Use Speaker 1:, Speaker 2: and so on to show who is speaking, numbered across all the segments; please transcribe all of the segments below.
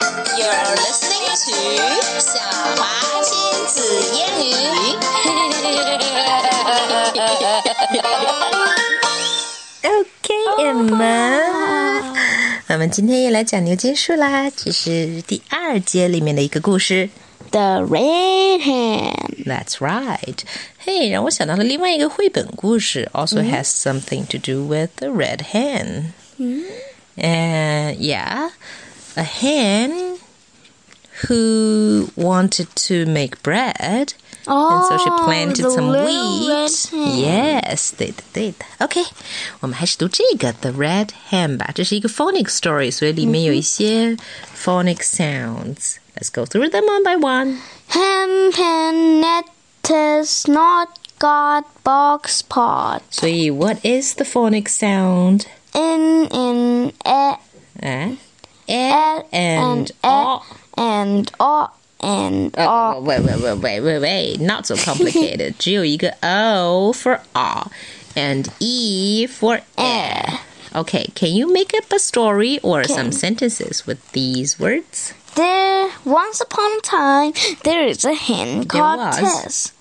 Speaker 1: You're listening to 小华亲子英语。
Speaker 2: OK，我们我们今天也来讲牛津树啦，这是第二节里面的一个故事。
Speaker 3: The Red Hen.
Speaker 2: That's right。嘿，让我想到了另外一个绘本故事，also
Speaker 3: Mm-hmm.
Speaker 2: has something to do with the red hen。嗯，Yeah，a hen who wanted to make bread。And so she planted
Speaker 3: Oh, the
Speaker 2: some
Speaker 3: little
Speaker 2: wheat.
Speaker 3: red hen.
Speaker 2: Yes，对的对的。OK，我们还是读这个 The Red Hen 吧，这是一个 phonic story，所以里面有一些
Speaker 3: Mm-hmm.
Speaker 2: phonic sounds。Let's go through them one by one.
Speaker 3: Hen, hen, netters, not got box pot.
Speaker 2: 所以 What is the phonic sound？
Speaker 3: In, in, eh,
Speaker 2: 哎
Speaker 3: eh,
Speaker 2: ，a and ah. eh.
Speaker 3: eh,
Speaker 2: o。
Speaker 3: and, oh, and, oh.
Speaker 2: 哦，喂喂喂喂喂喂，not so complicated，只有一个 O for R and E for air. Okay, can you make up a story or some sentences with these words?
Speaker 3: There, once upon a time, there is a hen called
Speaker 2: was.
Speaker 3: Tess.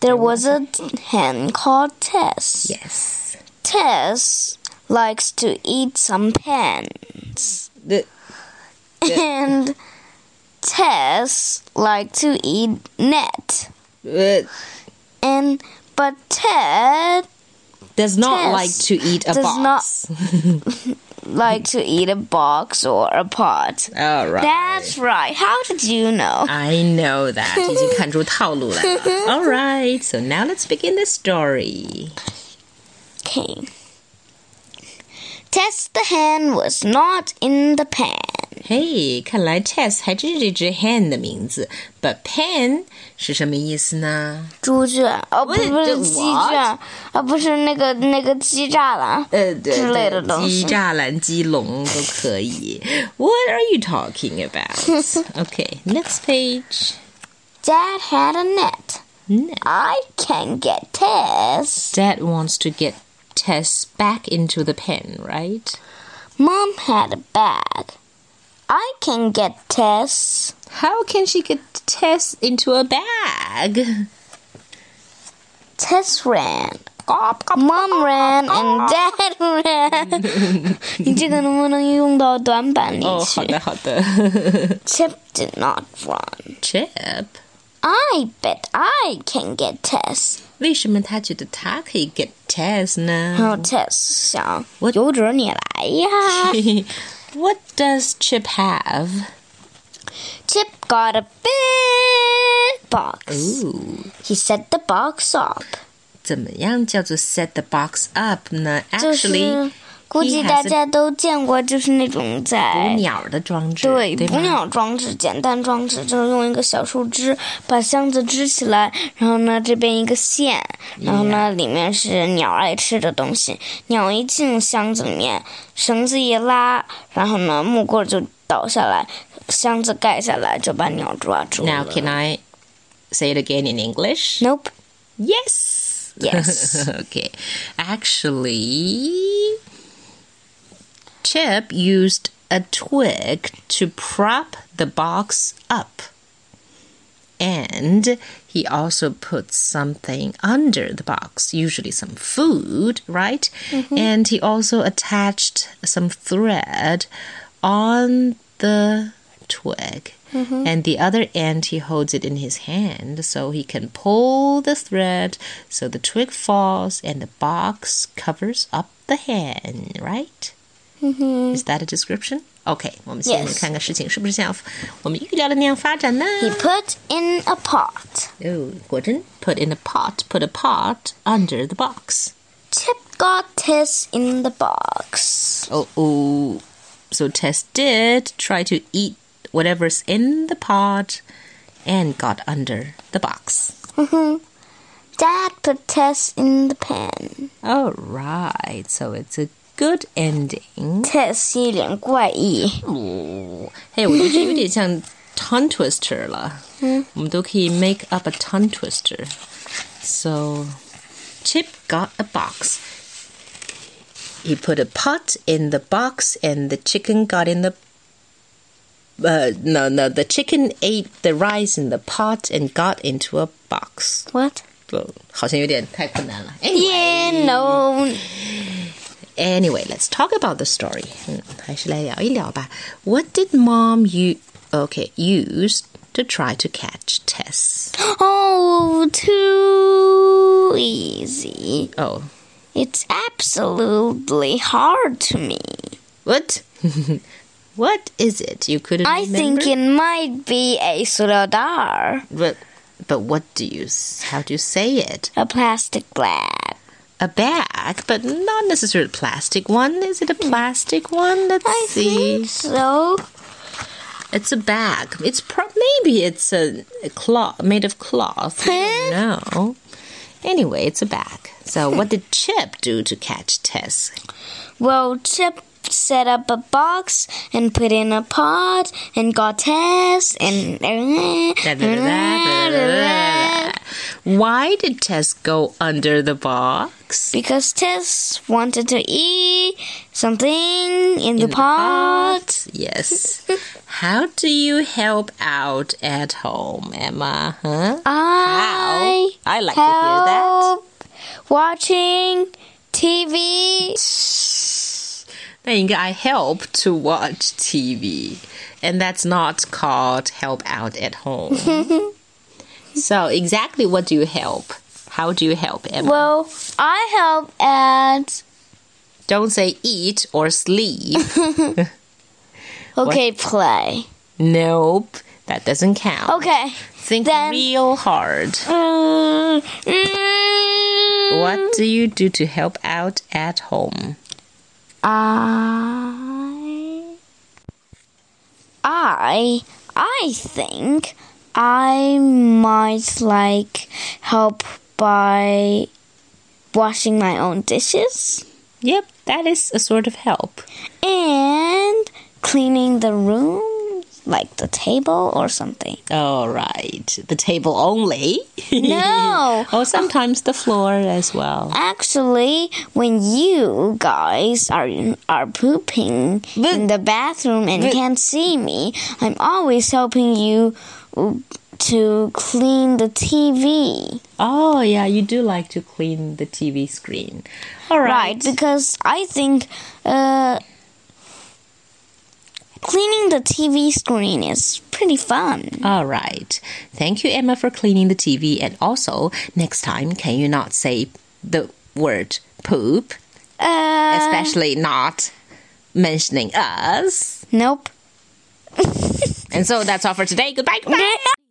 Speaker 3: There was a hen called Tess.
Speaker 2: Yes.
Speaker 3: Tess likes to eat some pans.
Speaker 2: The-
Speaker 3: And Tess like to eat net.
Speaker 2: Uh,
Speaker 3: And but Ted
Speaker 2: does not
Speaker 3: Tess
Speaker 2: like to eat a
Speaker 3: does
Speaker 2: box.
Speaker 3: like to eat a box or a pot.
Speaker 2: All right.
Speaker 3: That's right. How did you know?
Speaker 2: I know that. 已经看出套路来了。All right. So now let's begin the story.
Speaker 3: Okay. Tess the hen was not in the pan.
Speaker 2: 嘿，看来 Tess 还真是这只 hen 的名字。But pen 是什么意思呢？What?
Speaker 3: 猪圈，哦，不是鸡圈，啊，不是那个那个鸡栅栏。
Speaker 2: 呃，对
Speaker 3: 之类的
Speaker 2: 对
Speaker 3: 东西
Speaker 2: 鸡栅栏、鸡笼都可以。What are you talking about? okay, next page.
Speaker 3: Dad had a net.
Speaker 2: Next.
Speaker 3: I can get Tess.
Speaker 2: Dad wants to get Tess back into the pen, right?
Speaker 3: Mom had a bag. I can get Tess.
Speaker 2: How can she get Tess into a bag?
Speaker 3: Tess ran. Mom ran and Dad ran. 你这个能不能用到短板里去？
Speaker 2: Oh, 哦，好的好的。
Speaker 3: Chip did not run.
Speaker 2: Chip，
Speaker 3: I bet I can get Tess.
Speaker 2: 为什么他觉得他可以 get Tess 呢？
Speaker 3: 然后 Oh, Tess 想，
Speaker 2: 我
Speaker 3: 有种你 来呀
Speaker 2: what does Chip have?
Speaker 3: ！Chip got a big box.
Speaker 2: Ooh.
Speaker 3: He set the box up.
Speaker 2: 怎么样叫做 set the box up 呢？
Speaker 3: 就是
Speaker 2: Actually，
Speaker 3: 估计
Speaker 2: has
Speaker 3: 大家都见过，就是那种在
Speaker 2: 捕鸟的装置，
Speaker 3: 对
Speaker 2: 对吗？
Speaker 3: 捕鸟装置、简单装置，就是用一个小树枝把箱子支起来，然后呢这边一个线，然后呢里面是鸟爱吃的东西，鸟一进箱子里面，绳子一拉，然后呢木棍儿就倒下来，箱子盖下来就把鸟抓住
Speaker 2: Now
Speaker 3: 了。
Speaker 2: can I say it again in English?
Speaker 3: Nope.
Speaker 2: Yes.
Speaker 3: Yes.
Speaker 2: okay. Actually, Chip used a twig to prop the box up. And he also put something under the box, usually some food, right? And he also attached some thread on the twig. And the other end, he holds it in his hand so he can pull the thread so the twig falls and the box covers up the hand, right? Is that a description? Okay, 我们先
Speaker 3: Yes.
Speaker 2: 看看事情是不是像我们预料的那样发展呢
Speaker 3: He put in a pot.
Speaker 2: Oh, Gordon, put in a pot. Put a pot under the box.
Speaker 3: Chip got Tess in the box.
Speaker 2: Oh, oh. So Tess did try to eat whatever's in the pot and got under the box.
Speaker 3: Dad put Tess in the pan.
Speaker 2: All right. So it's a good ending.
Speaker 3: Tess 一脸怪异。
Speaker 2: Oh. Hey, 我觉得这有点像 tongue twister 了。我们都可以 make up a tongue twister. So Chip got a box. He put a pot in the box, and the chicken got in the uh, no, no, the chicken ate the rice in the pot and got into a box.
Speaker 3: What?
Speaker 2: 好像有点太困难了。Anyway,
Speaker 3: Yeah, no.
Speaker 2: anyway, let's talk about the story. 嗯，还是来聊一聊吧。What did mom you okay use to try to catch Tess?
Speaker 3: Oh, too easy.
Speaker 2: Oh,
Speaker 3: It's absolutely hard to me.
Speaker 2: what? what is it? You couldn't.
Speaker 3: I
Speaker 2: remember?
Speaker 3: think it might be a surodar,
Speaker 2: But but what do you s- how do you say it?
Speaker 3: a plastic bag.
Speaker 2: A bag, but not necessarily plastic one. Is it a plastic one? Let's
Speaker 3: I
Speaker 2: see.
Speaker 3: think so.
Speaker 2: It's a bag. It's pro- maybe it's a, a cloth made of cloth. no. Anyway, it's a bag. So what did Chip do to catch Tess?
Speaker 3: Well, Chip set up a box and put in a pot and got tests and.
Speaker 2: Why did Tess go under the box?
Speaker 3: Because Tess wanted to eat something in, the, pot.
Speaker 2: Yes. How do you help out at home, Emma? Huh?
Speaker 3: I
Speaker 2: I like to hear that.
Speaker 3: help Watching TV.
Speaker 2: 那应该 I help to watch TV, and that's not called help out at home. so exactly what do you help? How do you help, Emma?
Speaker 3: Well, I help at.
Speaker 2: Don't say eat or sleep.
Speaker 3: Okay, play.
Speaker 2: nope, that doesn't count.
Speaker 3: Okay.
Speaker 2: Think
Speaker 3: then-
Speaker 2: real hard.
Speaker 3: Mm, mm.
Speaker 2: What do you do to help out at home?
Speaker 3: I I I think I might like help by washing my own dishes
Speaker 2: Yep, that is a sort of help.
Speaker 3: and cleaning the room like the table or something.
Speaker 2: All right, the table only.
Speaker 3: No.
Speaker 2: or sometimes the floor as well.
Speaker 3: Actually, when you guys are are pooping in the bathroom and can't see me, I'm always helping you to clean the TV.
Speaker 2: Oh, yeah, you do like to clean the TV screen. All right.
Speaker 3: because I think uh, cleaning the TV screen is pretty fun.
Speaker 2: All right. Thank you, Emma, for cleaning the TV. And also, next time, can you not say the word poop,
Speaker 3: Uh,
Speaker 2: especially not mentioning us?
Speaker 3: nope.
Speaker 2: And so that's all for today. Goodbye. goodbye.